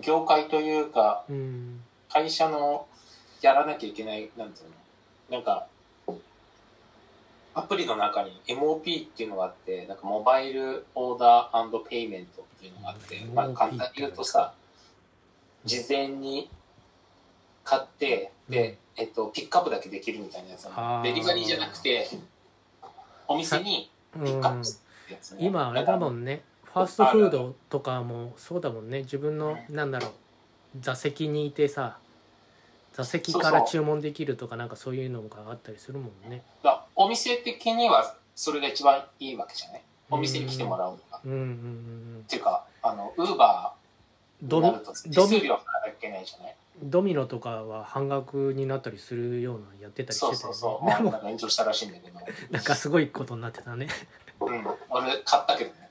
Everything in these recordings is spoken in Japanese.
業界というか、うん会社のやらなきゃいけない、なんつうの、なんか、アプリの中に MOP っていうのがあって、なんかモバイルオーダーペイメントっていうのがあって、まあ MOP 簡単に言うとさ、事前に買って、で、えっと、ピックアップだけできるみたいなやつなあーの。デリバリーじゃなくて、お店にうピックアッんプするやつね、今あれだもんねファーストフードとかもそうだもんね自分のなんだろう座席にいてさ座席から注文できるとかなんかそういうのがあったりするもんねだからお店的にはそれが一番いいわけじゃないお店に来てもらうのが。うんうんうんうんっていうか、あの、ウーバードになるミと手ド数ミ料払わなきゃいけないじゃないドミノとかは半額になったりするようなのやってたりしてそたうよねそうそう。でまあ、もなんか延長したらしいんだけど。なんかすごいことになってたねうん。俺、買ったけどね。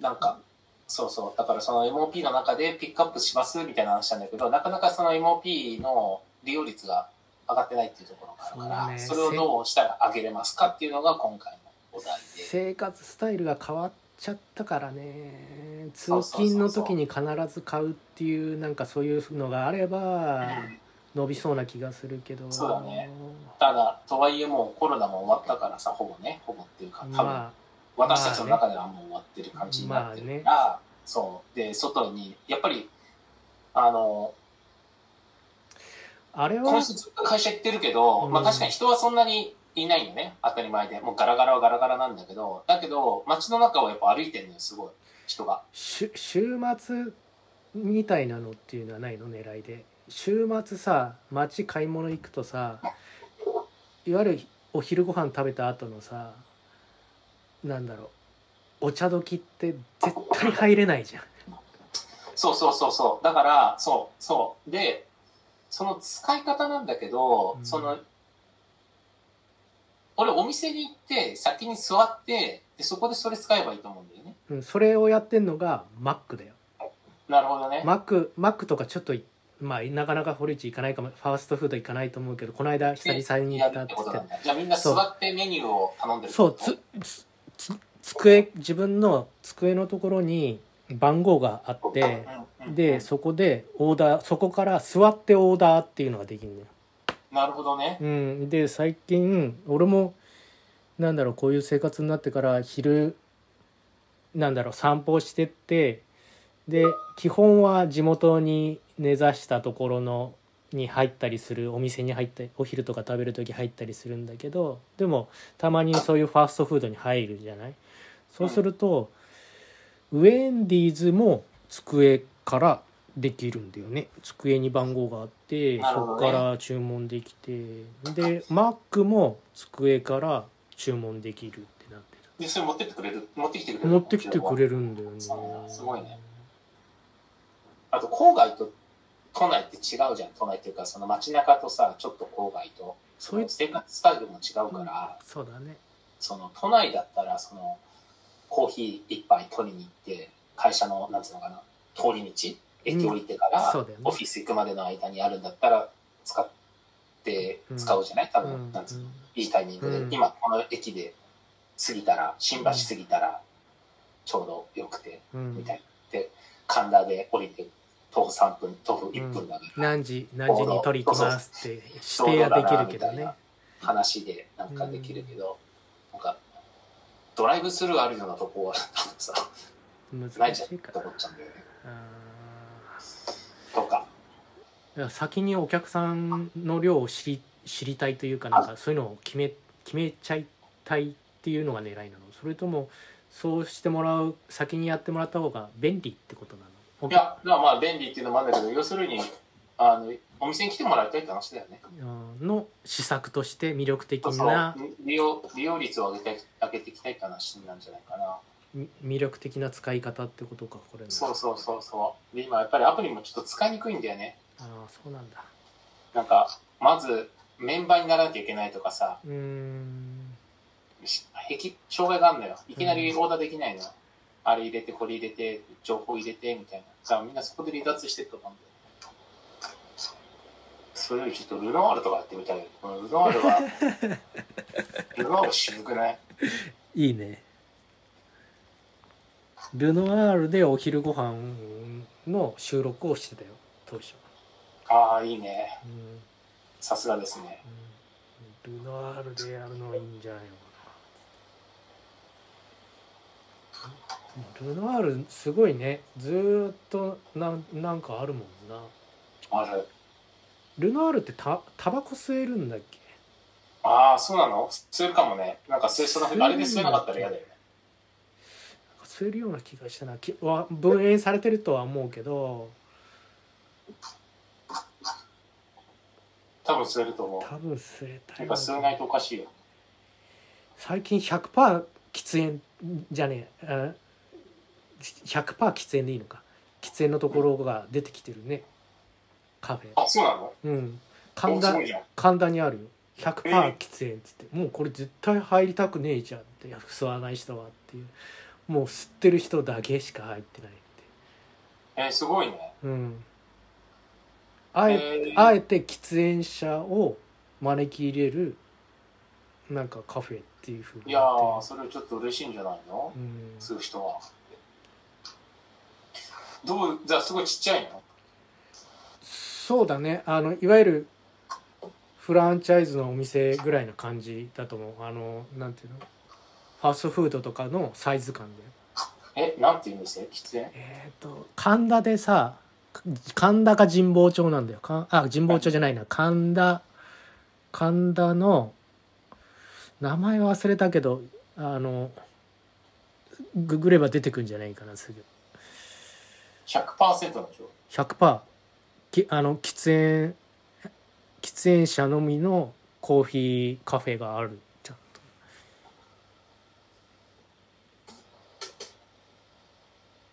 なんか、そうそう。だからその MOP の中でピックアップしますみたいな話したんだけど、なかなかその MOP の利用率が上がってないっていうところがあるから、そうねそれをどうしたら上げれますかっていうのが今回のお題で。生活スタイルが変わっちゃったからね通勤の時に必ず買うっていうなんかそういうのがあればうん伸びそうな気がするけどそうだねただ、とはいえもうコロナも終わったからさ、ほぼね、ほぼっていうか、多分ま私たちの中ではもう終わってる感じになってるから、そうで外にやっぱりあのああれは今週ずっと会社行ってるけど、うんまあ、確かに人はそんなにいないよね当たり前でもうガラガラはガラガラなんだけどだけど街の中をやっぱ歩いてるのよすごい人がし週末みたいなのっていうのはないの狙いで週末さ街買い物行くとさいわゆるお昼ご飯食べた後のさなんだろうお茶時って絶対入れないじゃんそうそうそうそうだからそうそうでその使い方なんだけど、うんその俺お店に行って先に座ってでそこでそれ使えばいいと思うんだよねうん、それをやってんのがマックだよなるほどね、マックマックとかちょっといまあなかなか堀内行かないかもファーストフード行かないと思うけどこの間久々に行やっるたっってて言こっとてなんだじゃあみんな座ってメニューを頼んでるってそこうとつつつ机自分の机のところに番号があってうんうんでそこでオーダーそこから座ってオーダーっていうのができるのよ、なるほどねうん、で最近俺もなんだろうこういう生活になってから昼なんだろう散歩してってで基本は地元に根ざしたところのに入ったりするお店に入ったりお昼とか食べる時入ったりするんだけどでもたまにそういうファーストフードに入るじゃないそうすると、ウェンディーズも机からできるんだよね机に番号があって、なるそほどこねから注文できてでマックも机から注文できるってなってでそれ持ってってくれる持ってきてくるれる持ってきてくるれるんだよねそうなんだすごいねあと郊外と都内って違うじゃん都内っていうかその街中とさちょっと郊外とそういう生活スタイルも違うから、そうだねその都内だったらそのコーヒー一杯取りに行って会社のなんつうのかな通り道駅降りてから、そうだよねオフィス行くまでの間にあるんだったら使って使うじゃない多分、うんなんつうのいいタイミングで、うん今この駅で過ぎたら新橋過ぎたらちょうどよくてうんみたいなで神田で降りて徒歩3分徒歩1分だから、何時何時に取り行きますって指ちょう定どはだできなるみけたどいねな話でなんかできるけど、なんかドライブスルーあるようなとこは多分さな難いじゃしんっていから思っちゃうんだよねあーとかだから先にお客さんの量を知り知りたいというかなんかそういうのを決め決めちゃいたいっていうのが狙いなのそれともそうしてもらう先にやってもらった方が便利ってことなのおい客やまあまあ便利っていうのもあるんだけど要するにあのお店に来てもらいたいって話だよねうんの施策として魅力的そうな利用利用率を上げて上げていきたいって話なんじゃないかなみ魅力的な使い方ってことかこれのそうそうそうそうで今やっぱりアプリもちょっと使いにくいんだよねああそうなんだなんかまずメンバーにならなきゃいけないとかさうーんし壁障害があるのよいきなりオーダーできないの、あれ入れてこれ入れて情報入れてみたいなじゃあみんなそこで離脱してったもんだよそれよりちょっとルノワールとかやってみたいよこのルノワールはルノワール渋くないいいねルノワールでお昼ご飯の収録をしてたよ当初、ああいいねうんうんさすがですねルノワールでやるのいいんじゃないのかなルノワールすごいねずーっとなんなんかあるもんなあるルノワールってたタバコ吸えるんだっけああそうなの吸えるかもねなんか吸えそうなふ吸えるうんだあれで吸えなかったら嫌だよね吸えるような気がしたなきわ分煙されてるとは思うけど多分吸えると思多分吸えうたてよか吸えないとおかしいよ最近100%喫煙じゃねえあ100%喫煙でいいのか喫煙のところが出てきてるねカフェあそうなのうん神お田すごいじゃん神田にあるよえ100%喫煙っつって、もうこれ絶対入りたくねえじゃんっていや吸わない人はっていうもう吸ってる人だけしか入ってないってえー、すごいねうんあええーあえて喫煙者を招き入れるなんかカフェっていうふうにいややってるーそれちょっと嬉しいんじゃないのうん吸う人はどうじゃあすごいちっちゃいのそうだねあのいわゆるフランチャイズのお店ぐらいな感じだと思うあのなんていうのファストフードとかのサイズ感でえなんていう店喫煙えっ、と神田でさ神田か神保町なんだよかあ神保町じゃないな神田神田の名前忘れたけどあのググれば出てくんじゃないかなすぐ100%なんでしょ100%きあの喫煙喫煙者のみのコーヒーカフェがあるちゃんと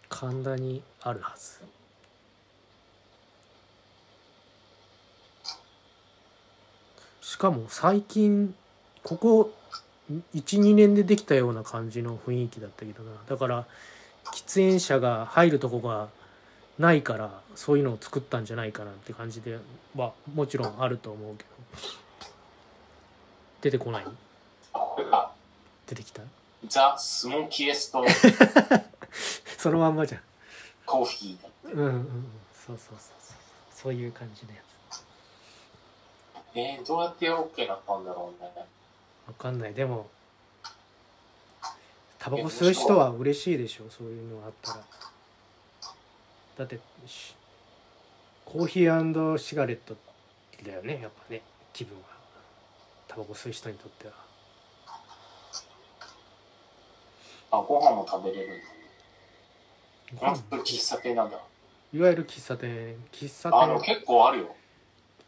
神田にあるはずしかも最近ここ12年でできたような感じの雰囲気だったけどなだから喫煙者が入るとこがないからそういうのを作ったんじゃないかなって感じではもちろんあると思うけど出てこないこれが出てきたザ・スモキエストそのまんまじゃんコーヒーだうんうんうんそうそうそうそうそういう感じのやえー、どうやって OK だったんだろうねつわかんないでもタバコ吸う人は嬉しいでしょそういうのあったらだってしコーヒーシガレットだよねやっぱね気分はタバコ吸う人にとってはあご飯も食べれるんだあこれ喫茶店なんだいわゆる喫茶店喫茶あの店結構あるよ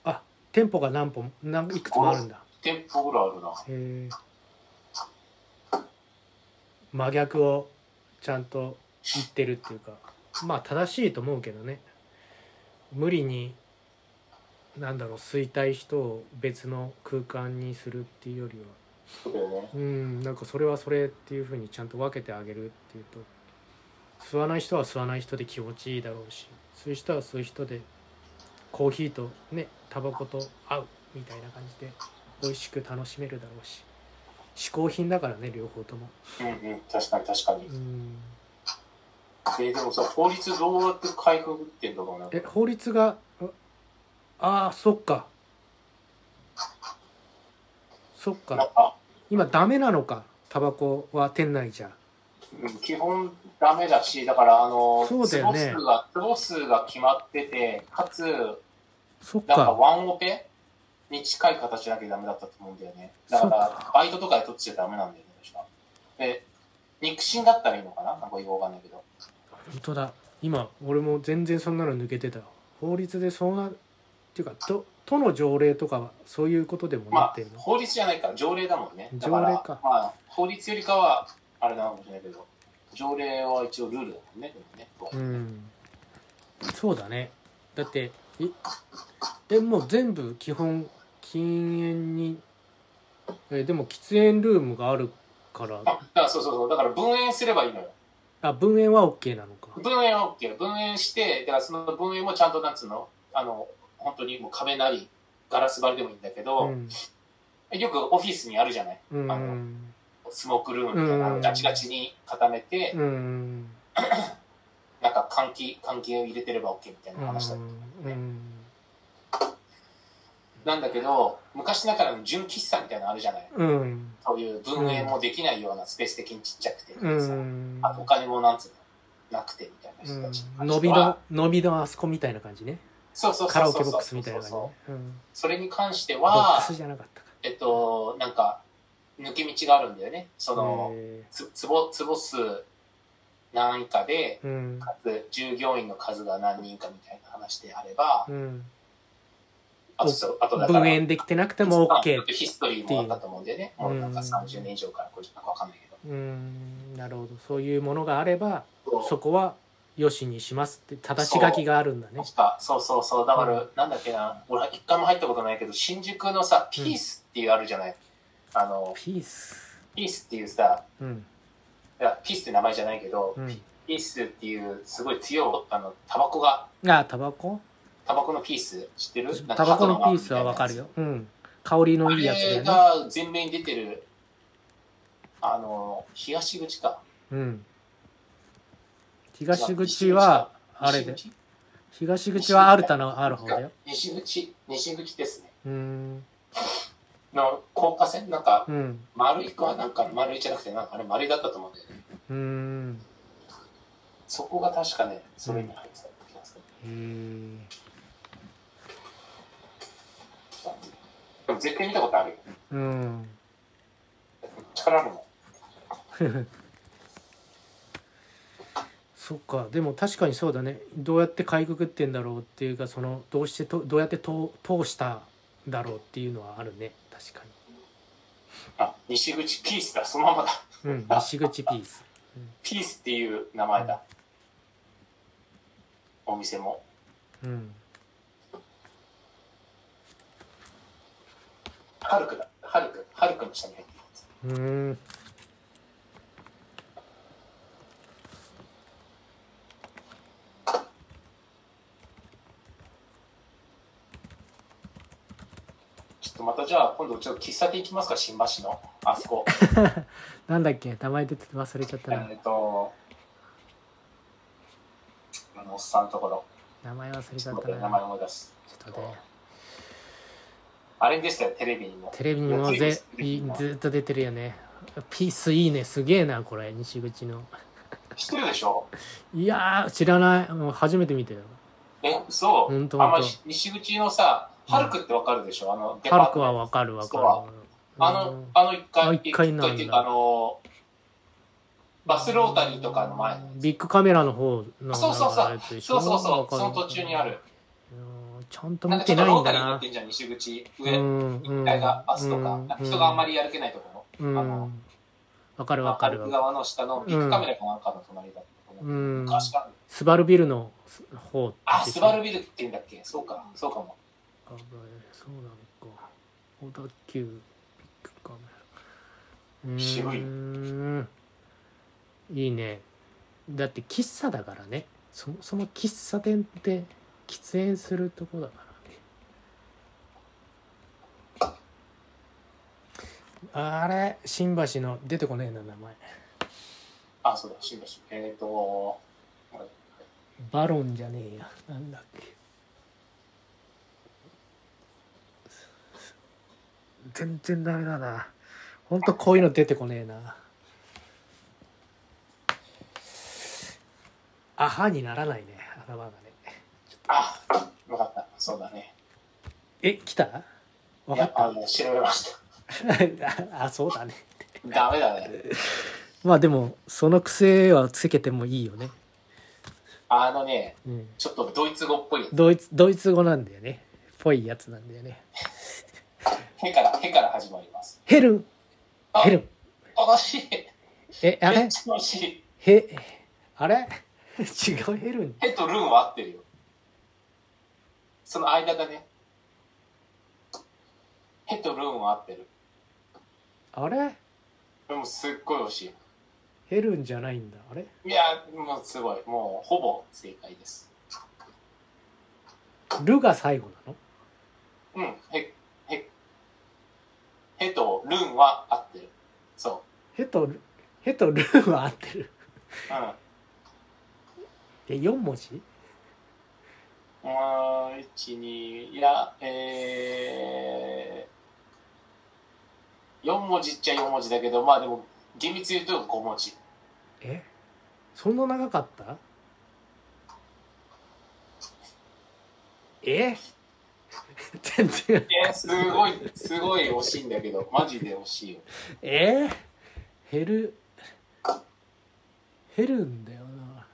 あ店舗が何本何いくつもあるんだ店舗ぐらいあるなへえ真逆をちゃんと言ってるっていうかまあ正しいと思うけどね無理になんだろう吸いたい人を別の空間にするっていうよりはそうだよねうんなんかそれはそれっていうふうにちゃんと分けてあげるっていうと吸わない人は吸わない人で気持ちいいだろうし吸う人は吸う人でコーヒーとねタバコと合うみたいな感じで美味しく楽しめるだろうし嗜好品だからね両方ともうんうん確かに確かにうんえー、でもさ法律どうやって改革ってんだろうえね法律がああーそっかそっなんかか、今ダメなのかタバコは店内じゃうん、基本ダメだしだからあのそうだよね坪数が坪数が決まっててかつそっなんかかワンオペに近い形だけダメだったと思うんだよね。だかそうら、バイトとかで取っちゃダメなんだよね、確かで、肉親だったらいいのかななんかよくわかんないけど。本当だ今俺も全然そんなの抜けてた法律でそうなっていうか都都の条例とかはそういうことでもなまっあてる、の、法律じゃないから、条例だもんね。だから、条例かまあ、法律よりかは、あれなのかもしれないけど、条例は一応ルールだもんね、でもね。うんそうだねだっていでもう全部基本禁煙にえでも喫煙ルームがあるからあ、だからそうそうそう、だから分煙すればいいのよ。あ分煙は OK なのか分煙は OK。分煙して、だからその分煙もちゃんと、なんつうのあの、本当にもう壁なり、ガラス張りでもいいんだけうど、んよくオフィスにあるじゃないうんあのスモークルームみたいなうんのガチガチに固めて、うんなんか換気換気を入れてれば OK みたいな話だった、うんなんだけど昔ながらの純喫茶みたいなのあるじゃないうんそういう分営もできないようなスペース的にちっちゃくて、うんあとお金もなんつうのなくてみたいな人たち伸びの伸びのあそこみたいな感じねそうそうカそラうオそケボうッそうクスみたいな感じねうんそれに関してボッはクスじゃなかったかえっとなんか抜け道があるんだよねそのへつ坪坪数何以下でーうんかつ従業員の数が何人かみたいな話であれば、うんあとそうあとだから分園できてなくても OK ヒストリーもあったと思うんでね、うんもうなんか30年以上から50年かわかんないけど、うんなるほどそういうものがあればそそこはよしにしますって正し書きがあるんだねう確かそうそうそうだかうらなんだっけな俺は一回も入ったことないけど新宿のさピースっていうあるじゃない、あのピースピースっていうさうんいやピースって名前じゃないけど、うんピースっていうすごい強いあのタバコがあタバコタバコのピース知ってるなんタかバコ鳩のピマーークスはわかるみようん香りのいいたいなややつつだあれよねが前面に出てるあの東口かうん東口はあれで西口東口はアルタのある方だよ西口西口ですねうんの高架線なんかうん丸いくはなんか丸いじゃなくてなんかあれ丸いだったと思うんだよねうんそこが確かねそれに入ってた気がする、へーでも絶対見たことあるようん力あるもんそっかでも確かにそうだねどうやってかいくぐってんだろうっていうかそのどうしてとどうやってと通したんだろうっていうのはあるね確かあ西口ピースだそのままだにうん西口ピースピースっていう名前だ、お店もうんハルクだハルクハルクの下に入ってるやつうんちょっとまたじゃあ今度ちょっと喫茶店行きますか新橋のあそこなんだっけ名前出て忘れちゃったえなっとあのおっさんのところ名前忘れちちゃょっったと待って名な前思い出すちょっとねあれですよテレビにもテレビにもぜいずっと出てるよねピースいいねすげえなこれ西口の知ってるでしょいやー知らないもう初めて見たよえそうほんとあんほまんとり西口のさハルクってわかるでしょあのデパハールクトはわかるわかるあのあの一階あ一階なんだっていうかあのバスロータリーとかの前のやつビッグカメラの方のそうそうそうやつでしそょうそうそわうかそるの途中にあるうんちゃんとなん見かちてょっとないロんータだリーになっなてんじゃん西口う上んう一ん階がバスとかなんか人があんまりりやる気ないところあのわかるわあかハるルクわ側の下のビッグカメラかなんかの隣だったと思ううん昔からスバルビルの方でしょあスバルビルって言うんだっけそうかそうかもあそうなのか小田急ビッグカメラうーん渋いいねだって喫茶だからねそもそも喫茶店って喫煙するとこだからねあれ新橋の出てこねえな名前あそうだ新橋えっとバロンじゃねえやなんだっけ全然ダメだなほんとこういうの出てこねえなアハにならないね頭がねあ分かったそうだねえ来たわいかやっあの調べました た あそうだねダメだねまあでもその癖はつけてもいいよね、あのねうん、ちょっとドイツ語っぽいドイツドイツ語なんだよねぽいやつなんだよねへからへから始まりますヘルンあヘルン惜しいえあめれっ ちゃ惜しいへ、あれ 違うヘルン。へとルンは合ってるよその間がねへとルンは合ってるあれでもすっごい惜しヘルンじゃないんだ。あれいいやもうすごいもうほぼ正解ですルが最後なのうん、へ、へ、へとルンは合ってる。そヘとヘとルーは合ってるう。うん。え4文字あー1、2、いや、えー、4文字っちゃ4文字だけど、まあでも、厳密に言うと5文字。えそんな長かったえ 全然えー、すごい、すごい惜しいんだけど、マジで惜しいよ。え減る減るんだよな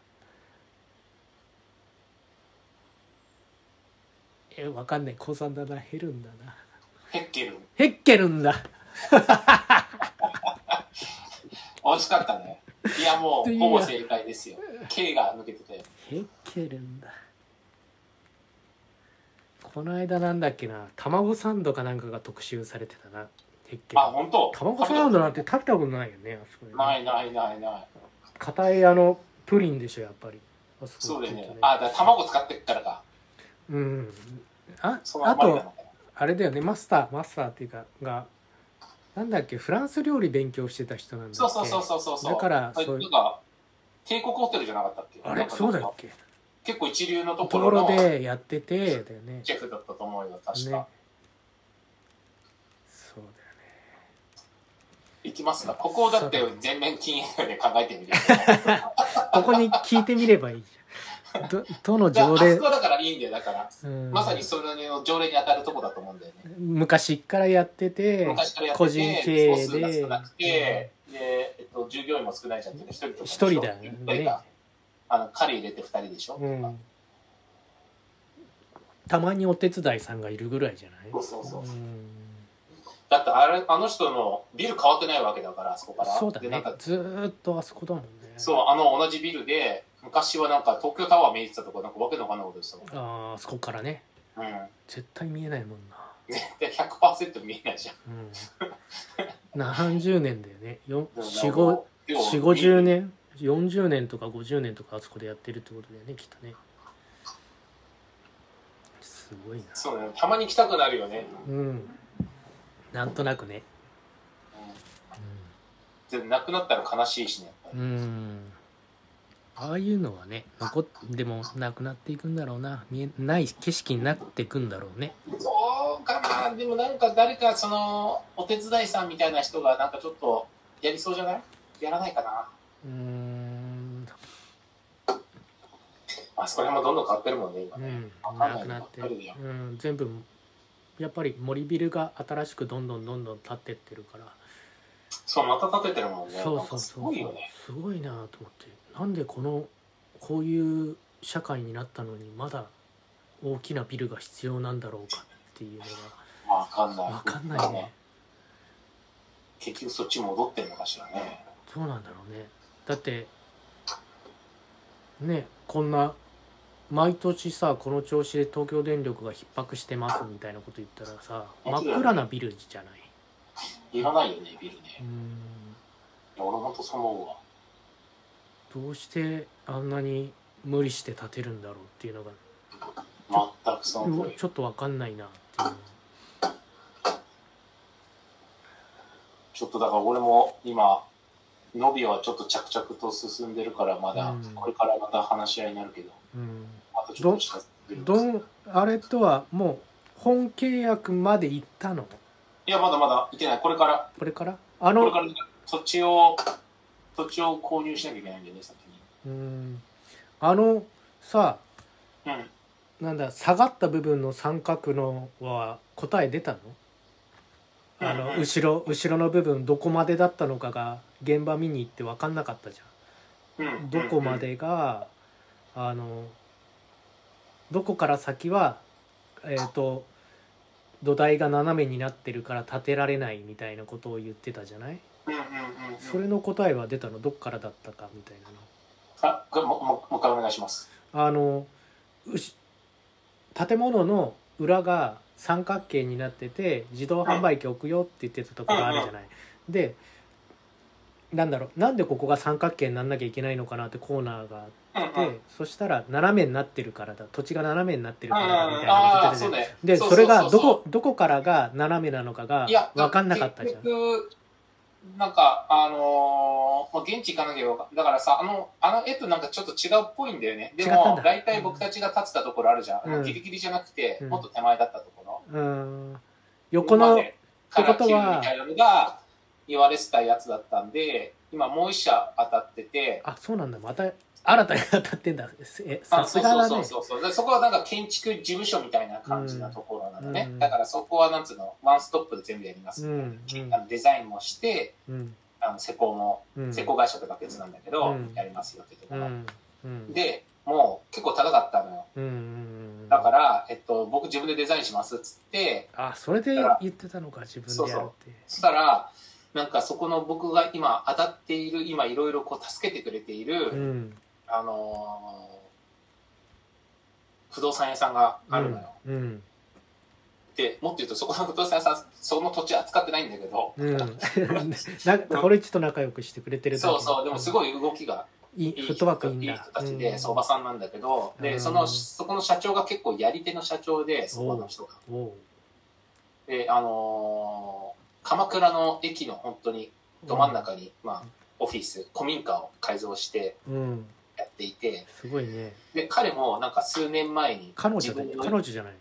えわかんない高3だな減るんだなヘッケルン。減ってるんだ惜しかったね。い や、も、いうやほぼ正解ですよ。K が抜けてたよ。減ってるんだこの間なんだっけな卵サンドかなんかが特集されてたな減ってあ、る本当卵サンドなんて食べたことないよねあそこでないないないない。硬いあのプリンでしょやっぱりあそそうだよね。ああ、だから卵使ってっからか。うんあそのあままなのとかな。あれだよねマスターマスターっていうかがなんだっけフランス料理勉強してた人なんだっけそうそうそうそうそうそう。だからあれそういなうんか、帝国ホテルじゃなかったっけあなれんかそうだっけ結構一流のととこころろのでやっててだよねシェフだったと思うよ、確ねか。そうだよねいきますか。ここをだってそうだ全面禁煙で考えて みる。ここに聞いてみればいいじ ゃんどどのだ条からあ例そこ、はだからいいんだよ、だから。うんまさにそれの条例に当たるとこだと思うんだよね。昔っからやってて昔からやって個て、人経営総数がで少なくて、で、えっと、従業員も少ないじゃんってね、一人とかでしょ一人だよね一人かあの、彼入れて二人でしょ、うとんかたまにお手伝いさんがいるぐらいじゃないそうそうそうんだってあれ、あの人のビル変わってないわけだから、あそこから。そうだで、なねんかずーっとあそこだもんねそう、あの同じビルで、昔はなんか東京タワー見えてたとか、なんかわけのわかんないことでしたもん。あーあそこからねうん。絶対見えないもんな、絶対100%見えないじゃん。 うん、何十年だよねでもなんか4でも4 5 0年40年とか50年とかあそこでやってるってことだよねきっとねすごいなそうね、たまに来たくなるよね。うんなんとなくねでなくなったら悲しいしね。やっうぱりん、ああいうのはね残っでもなくなっていくんだろうな見えない景色になっていくんだろうねそうかな、でもなんか誰かその、お手伝いさんみたいな人がなんかちょっとやりそうじゃないやらないかな。うんあそこら辺もどんどん変わってるもんね、今うね。んなくなってる、うん、全部やっぱり森ビルが新しくどんどんどんどん建ってってるからそう、また建ててるもんね。そうなんそかうすそごういよね。すごいなと思ってなんでこのこういう社会になったのにまだ大きなビルが必要なんだろうかっていうのわかんない。が分かんないね。結局そっち戻ってんのかしらね。どうなんだろうねだってねこんな毎年さこの調子で東京電力が逼迫してますみたいなこと言ったらさ真っ暗なビルじゃないいらないよね、ビルね。ういーんや俺もとそう思うわ。どうしてあんなに無理して建てるんだろうっていうのが全くその通りちょっと分かんないなっていうちょっとだから俺も今伸びはちょっと着々と進んでるからまだうんこれからまた話し合いになるけど、うんあとちょっと近づいてるどんあれとはもう本契約まで行ったのいやまだまだいけないこれからこれからあこれのから土地を土地を購入しなきゃいけないんだよね先にうんあのさうんなんだ下がった部分の三角のは答え出たのあうんのうん後ろ後ろの部分どこまでだったのかが現場見に行って分かんなかったじうんゃうんんどこまでがあのどこから先はえっ、と土台が斜めになってるから立てられないみたいなことを言ってたじゃないうんうんうんうんそれの答えは出たのどっからだったかみたいなのあこれもももう一回お願いしますあのうし建物の裏が三角形になってて自動販売機置くよって言ってたところあるじゃない。でなんだろうなんでここが三角形になんなきゃいけないのかなってコーナーがうんあうってんそしたら斜めになってるからだ土地が斜めになってるからだみたいなことあ言ってあたじそゃうんだよでうそうれうがどそうそうこどこからが斜めなのかがいや、分かんなかったじゃん結局、なんか、あのーまあ、現地行かなきゃわかんだからさ、あの、あの絵となんかちょっと違うっぽいんだよね。で違ったんもだ、大体僕たちが立ってたところあるじゃん。あうのんギリギリじゃなくて、うんもっと手前だったところ。うん横まのでからってことは切るみたいなのが言われてたやつだったんで、今もう一社当たってて、あそうなんだまた新たに当たってんだえあさそすうがそうだそねうそうそうでそこはなんか建築事務所みたいな感じなところなのね、うんだからそこはなんつうのワンストップで全部やりまうす、んあのデザインもしてうんあの施工も、うん施工会社とか別なんだけど、うんやりますよってとこうろ、んうんでもう結構高かったのようんうんだから、えっと、僕自分でデザインしますっつってあそれで言ってたのか自分でやるってそしたらなんかそこの僕が今当たっている今いろいろこう助けてくれている、うんあのー不動産屋さんがあるのよ、うんでもっと言うとそこの不動産屋さんその土地扱ってないんだけど、 うんなんか堀ちと仲良くしてくれてるそうそうでもすいごい動きがいいいいフットワークいいんだいい人たちで相場さんなんだけど、うでんそのそこの社長が結構やり手の社長でそこの人がうんおうであのー鎌倉の駅の本当にど真ん中に、まあオフィス古民家を改造してうんやっていてすごいねで彼もなんか数年前に彼女で自分の彼女じゃない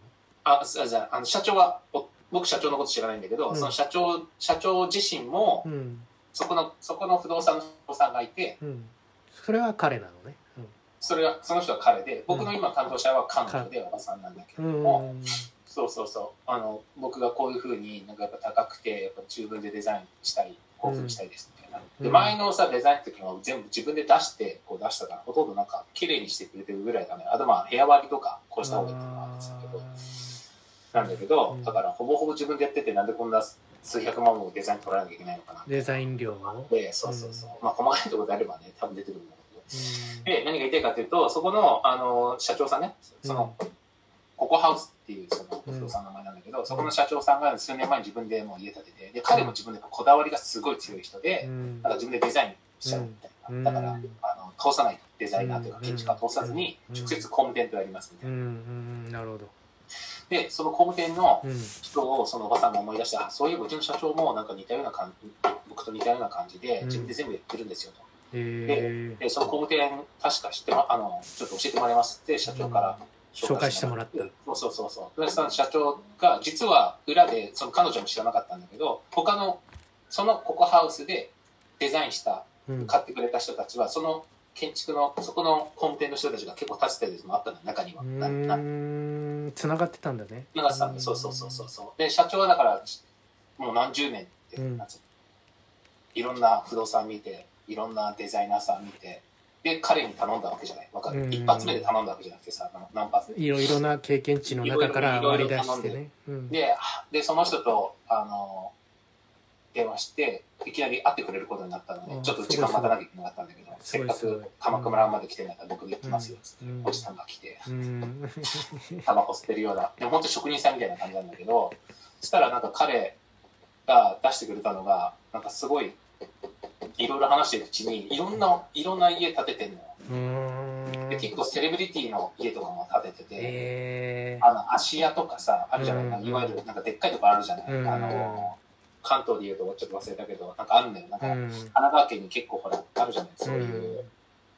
あ、すじゃあ、あの、社長は、お僕社長のこと知らないんだけど、うんその社長、社長自身も、のうんそこの、そこの不動産の人さんがいて、うんそれは彼なのねそれは、その人は彼で、僕の今担当者は彼女でおばさんなんだけうどんも、うんそうそうそう、あの、僕がこういうふうになんかやっぱ高くて、やっぱ自分でデザインしたり、こういうふうにしたいですみたいな。うんで、前のさ、デザインの時も全部自分で出して、こう出したから、ほとんどなんか、綺麗にしてくれてるぐらいだね。あとまあ、部屋割りとか、こうした方がいいっていうのはあるんですけど。なんだけど、うんだからほぼほぼ自分でやってて、なんでこんな数百万もデザイン取らなきゃいけないのかなデザイン量をで、そうそうそう。まあ、細かいところであればね、多分出てくるんだけど。うんで、何が言いたいかというと、そこの、あの、社長さんね、その、ココハウスっていう、その、うん不動産の名前なんだけど、そこの社長さんが数年前に自分でもう家建てて、で、彼も自分でこだわりがすごい強い人で、うんなんか自分でデザインしちゃうみたいな。うんだから、あうのん、通さないデザイナーというか、建築家を通さずに、うん直接工務店とやりますみたういんな。うんなるほどで、その工務店の、うん人をそのおばさんが思い出してあそういえばうちの社長もなんか似たような感じ僕と似たような感じでうん自分で全部やってるんですよと、えーでその工務店確か知って、ま、あのちょっと教えてもらいますって社長から紹介してもらったそうそうそうそうでその社長が実は裏でその彼女も知らなかったんだけど他のそのココハウスでデザインしたうん買ってくれた人たちはその建築のそこの工務店の人たちが結構立ってたりもあったんだ中にはうななんーん繋がってたんだね長瀬さんでそうそうそうそうそうで社長はだからもう何十年って、うんなんつうのいろんな不動産見ていろんなデザイナーさん見てで彼に頼んだわけじゃないわかる、うん一発目で頼んだわけじゃなくてさあの何発目いろいろな経験値の中から割り出してねうんであでその人とあの電話していきなり会ってくれることになったので、うんちょっと時間待たなきゃいけなかったんだけどすせごっいかすごいく鎌倉まで来てんだから僕で行きますよ、つってうんおじさんが来て、うんタバコ吸ってるような、でも本当職人さんみたいな感じなんだけど、そしたらなんか彼が出してくれたのが、なんかすごい、いろいろ話してるうちに、いろんな、いろんな家建ててんのよ。うーんで、結構セレブリティの家とかも建ててて、えあの、芦屋とかさ、あるじゃないうんなんか、いわゆるなんかでっかいとこあるじゃない、うんあの、関東で言うとちょっと忘れたけど、なんかあんのよ。なんか、ーう神ん奈川県に結構ほら、あるじゃないそういうう。ん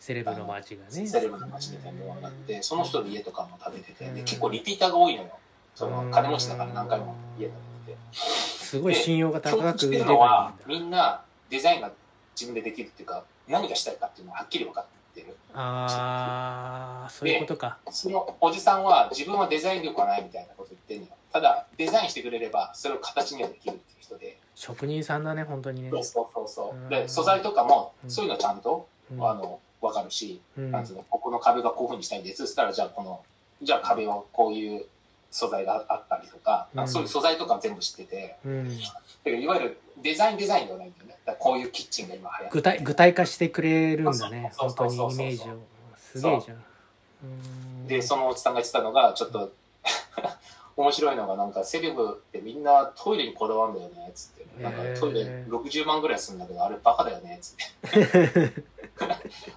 セレブの街がねセレブの街みたいなものがあって、その人の家とかも食べてて、で結構リピーターが多いのよ。その金持ちだから何回も家食べてすごい信用がて。共高通くし売てれるばのはいいみんだんなデザインが自分でできるっていうか、何がしたいかっていうのははっきり分かってる。ああそういうことかそのおじさんは自分はデザイン力はないみたいなこと言ってるのよ。ただデザインしてくれればそれを形にはできるっていう人で。職人さんだね本当にねそうそうそうそうう。んで、素材とかもうんそういうのちゃんと、うんあの、分かるし、うんなんつうの、ここの壁がこういうふうにしたいんです。そしたら、じゃあこの、じゃあ壁をこういう素材があったりとか、うんそういう素材とか全部知ってて、うんだからいわゆるデザインデザインではないんだよね。だからこういうキッチンが今流行って具体具体化してくれるんだねそう本当そうにそうそうイメージをすげえじゃんうーん で、そのおじさんが言ってたのが、ちょっと、面白いのがなんかセレブってみんなトイレにこだわるんだよねっつってなんかへートイレ60万ぐらいするんだけどあれバカだよねっつって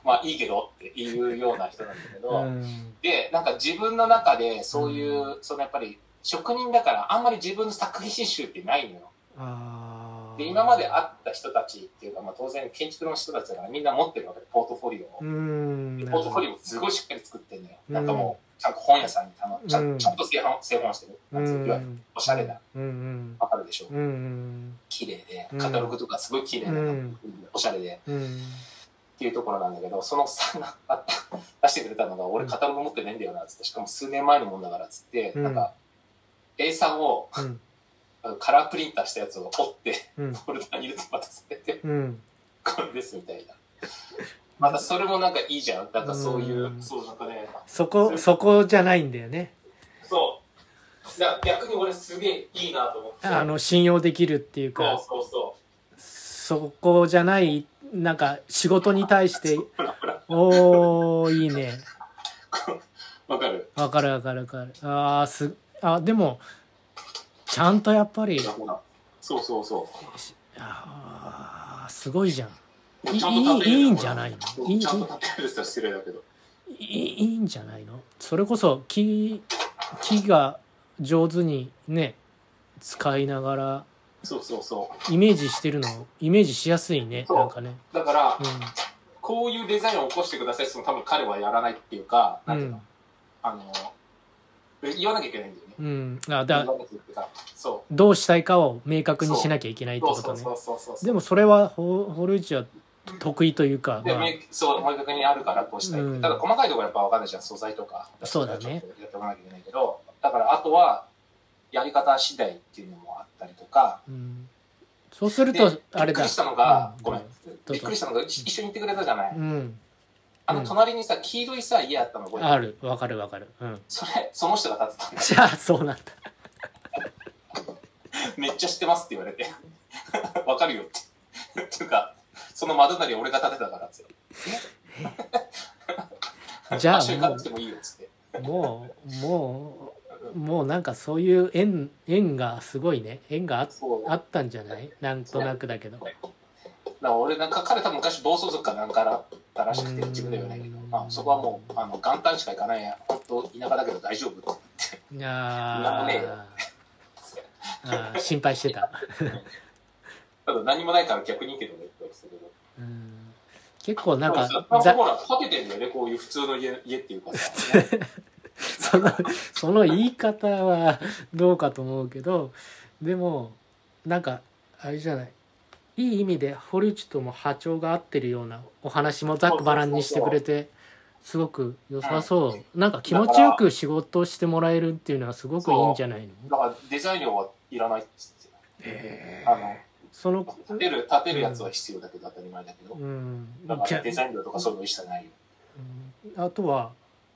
まあいいけどっていうような人なんだけど、うんでなんか自分の中でそういう、そのやっぱり職人だからあんまり自分の作品集ってないのよあーで今まで会った人たちっていうか、まあ、当然建築の人たちがみんな持ってるわけでポートフォリオを。うんポートフォリオオすごいしっかり作ってんのよ。うんなんかもう、ちゃんと本屋さんに頼む。ちゃうんんちゃんと製本製本してる。なんつうのいわゆるおしゃれな。うんわかるでしょうんうん綺麗でうん、カタログとかすごい綺麗で、うんおしゃれでうんうんっていうところなんだけど、そのさ、あ出してくれたのが、俺カタログ持ってねえんだよな、つって。しかも数年前のもんだから、つって、うんなんか、A さんをうんあのカラープリンターしたやつを折って、 うんフォルダに入れて渡されて、 うんこれです、みたいな。またそれもなんかいいじゃん。なんかそういう、うんそうなんかね、そこそこじゃないんだよねそう。だから逆に俺すげえいいなと思って。あの信用できるっていうそうかそうそそこじゃないなんか仕事に対しておーいいねう。わかる。わかるわかるわかるあーすあでもちゃんとやっぱりほらそうそうそあーすごいじゃんう。いいちゃんと立てれいるいんじゃないのそういいちゃんと立てるって言ったら失礼だけど。いいいいんじゃないのそれこそ木木が上手にね使いながらそうそうそう。イメージしてるのをイメージしやすいねそうなんかねだから、うこういうデザインを起こしてくださいって言っても多分彼はやらないっていうか、なんんていうの、あの、言わなきゃいけないんだよね。うん、うん、あだ言わなきゃいけない。そ。どうしたいかを明確にしなきゃいけないうってそうこそとうねそうそうそう。でもそれはほ堀内は得意というか、で、まあ明そう、明確にあるからこうしたいって、うんただ細かいところやっぱ分かんないじゃん、素材とか。そうだね。やっておかなきゃいけないけど、だからあとは、やり方次第っていうのもあったりとか、うん、そうするでとあびれっくだりしたのが、うんごめん、びっくりしたのが、い一緒に行ってくれたじゃない。うんあの、隣にさ、黄色いさ、家あったの、これ。あるわかるわかるうん それ、その人が立ってたんだ。じゃあそうなんだめっちゃ知ってますって言われて。 わかるよって。 っていうか、その窓なり俺が立てたからっつって。 じゃあ一緒に立ってもいいよっつって。もうもうもうなんかそういう縁縁がすごいね縁があそう。あったんじゃないなんとなくだけどだから俺なんか彼多分昔暴走族かなんかだったらしくてうん自分では言わないけど、まあ、そこはもうあの元旦しか行かないや本当田舎だけど大丈夫っていなんもねえよやーあー心配してた、ただ何もないから逆にいいけどねって言われてたけどうん、結構なんまかあそれはざ ほら建ててんだよねこういう普通の家家っていうかさ、ね、そのその言い方はどうかと思うけどでもなんかあれじゃないいい意味で堀内とも波長が合ってるようなお話もざっくばらんにしてくれてすごく良さそうなんか気持ちよく仕事をしてもらえるっていうのはすごくいいんじゃないのだからデザイン料はいらないっつってえあのその建てる建てるやつは必要だけど当たり前だけどうんだかじらゃデザイン料とかそういうの一切ないようんあとは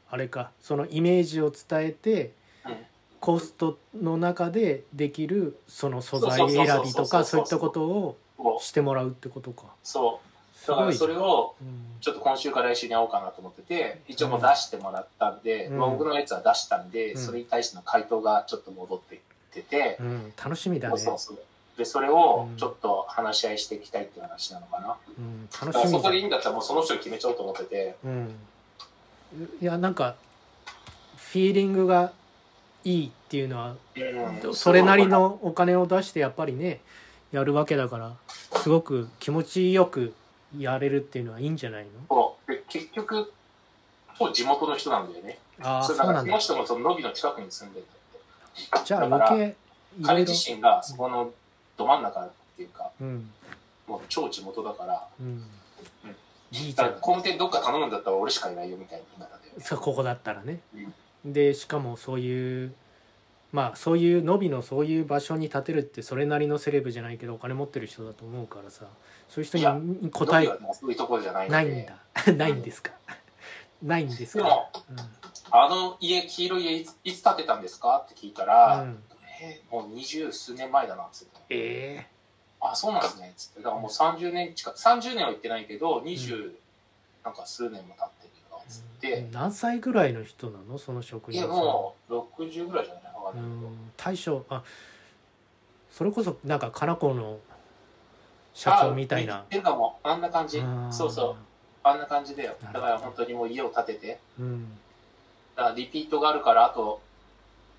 あれかそのイメージを伝えてうんコストの中でできるその素材そうそうそうそう選びとかそそういうそうそったうことをこうしてもらうってことかそうすだかごらいじゃそんれをうんちょっと今週から来週に会おうかなと思ってて、一応もう出してもらったんで、うんまあ僕のやつは出したんで、うんそれに対しての回答がちょっと戻っていってて、うん楽しみだそねうそうそう。で、それをちょっと話し合いしていきたいっていう話なのかな。うんだ楽からしそみこだでいいんだったらもうその人に決めちゃおうと思ってて、うんいやなんかフィーリングがいいっていうのはうんそれなり。のお金を出してやっぱりねやるわけだからすごく気持ちよくやれるっていうのはいいんじゃないのそうで結局、もう地元の人なんだよね。ああそそれうだかなら、んそだの人もそのノビの近くに住んでるんだって。じゃあだから余計いろ彼いろ自身がそこのど真ん中っていうか、うんもう超地元だから、うんいいじだゃからん工務店どっか頼むんだったら俺しかいないよみたいな言い方で。そうここだったらねでしかもそういうまあそういうのびのそういう場所に建てるってそれなりのセレブじゃないけどお金持ってる人だと思うからさそういう人いやに答えドリルはねそういうところじゃないんでないんだ ないんですかないんですでか、もあの家黄色い家いついつ建てたんですかって聞いたうんら、うん、えーもう二十数年前だなっつってえあそうなんですねっつってだからもう30年近く30年は言ってないけど二十、なんか数年も経ってるよなっつっえて、何歳ぐらいの人なのその職いや人さんもう60ぐらいじゃないわわかんないけど、大将あそれこそなんかかなこの社長みたいあなっていうかもうあんな感じそうそうあんな感じだよなだるほどから本当にもう家を建ててう、うん、だからリピートがあるからあと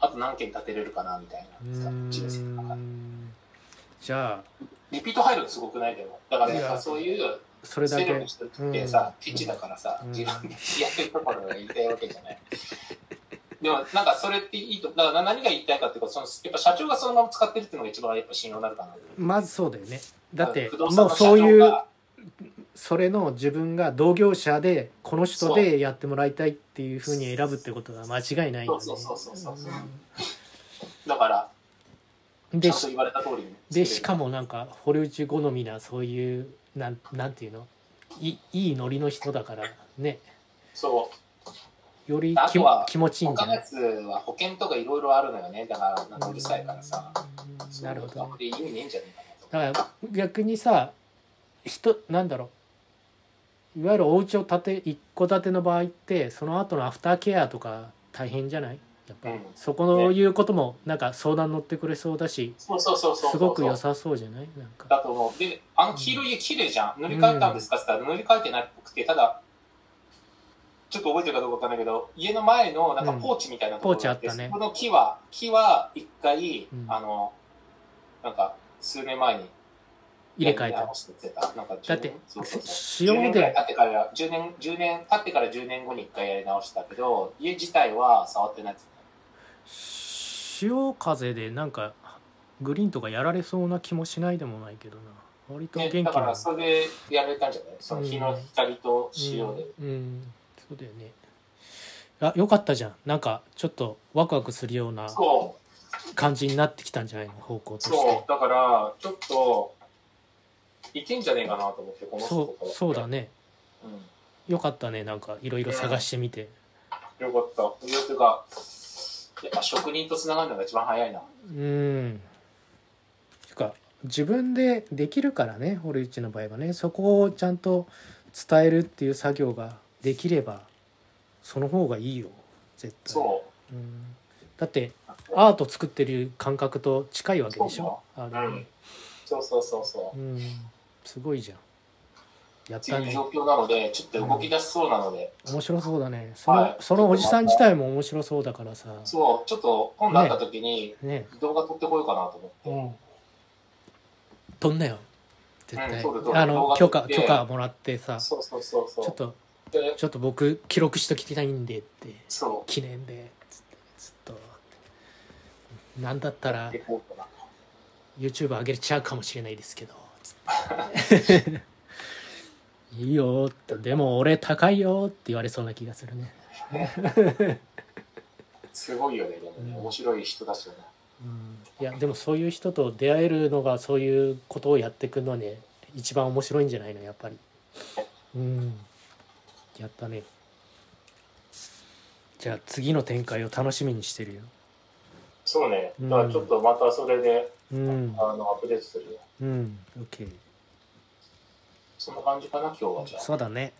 あと何件建てれるかなみたいな感じですよなんかうんじゃあリピート入るのすごくないでもだからやっぱそういうそれだセレブけの人ってさうんケチだからさうん自分でやってるところが言いたいわけじゃないでもなんかそれっていいとだから何が言いたいかっていうかそのやっぱ社長がそのまま使ってるっていうのが一番やっぱ信用になるかなまずそうだよねだって不動も産うの社長そういうがそれの自分が同業者でこの人でやってもらいたいっていうふうに選ぶってことが間違いないよねそうそうそうそうそうだからうんちでゃんと言われた通りにでしかもなんか堀内好みなそういうなんなんていうのいいいノリの人だからねそうよりあきとは気持ちいいんじ他ゃのないやつは保険とかいろいろあるのよねだからなんかうるさいからさうんなるほどねそういうのあんまり意味ねえんじゃねえかだなと思うから逆にさ人なんだろういわゆるお家を建て一戸建ての場合ってその後のアフターケアとか大変じゃないやっぱり、うんそこのいうこともなんか相談乗ってくれそうだしそうそうそうそうすごく良さそうじゃないなんかだと思うであの黄色い家綺麗じゃん塗り替えたんですかって言ったら塗り替えてなくてただちょっと覚えてるかどうかわかんないけど家の前のなんかポーチみたいなところがうんポーチあったねそこの木は木は一回、うんあのなんか数年前に入れ替えやりた直してたなんか10だってそうそうそうし10塩年ぐらいで経ってから10年10年経ってから10年後に1回やり直したけど家自体は触ってないですね潮風でなんかグリーンとかやられそうな気もしないでもないけどな割と元気ねだからなそれでやられたんじゃないその日の光と潮で、うん、うんそうだよねあよかったじゃんなんかちょっとワクワクするようなそう感じになってきたんじゃないの方向としてそうだからちょっといけんじゃねえかなと思ってこの人とそかうそうだねうんよかったねなんかいろいろ探してみてよかったというかやっぱ職人とつながるのが一番早いなうんてか自分でできるからね堀内の場合はねそこをちゃんと伝えるっていう作業ができればその方がいいよ絶対、そうん、だってうアート作ってる感覚と近いわけでしょあうるんそうそうそうそううんすごいじゃんやっってたいうね状況なのでちょっと動き出しそうなので、面白そうだねその,、はいそのおじさん自体も面白そうだからさそうちょっと今度会った時にね動画撮ってこようかなと思って、うん撮んなよ絶うん対、撮る撮るあ動の画撮許って可許可もらってさちそうそうそうそうょっとでちょっと僕記録しときたいんでってそ記念でつってずっとなんだったうらでこうかな YouTube 上げちゃうかもしれないですけどつって いいよってでも俺高いよって言われそうな気がするねすごいよねでもね面白い人だしよねいやでもそういう人と出会えるのがそういうことをやっていくのね一番面白いんじゃないのやっぱりうんやったねじゃあ次の展開を楽しみにしてるよそうねうんだからちょっとまたそれで、うんあのアップデートするようん OK そんな感じかな今日はじゃあそうだね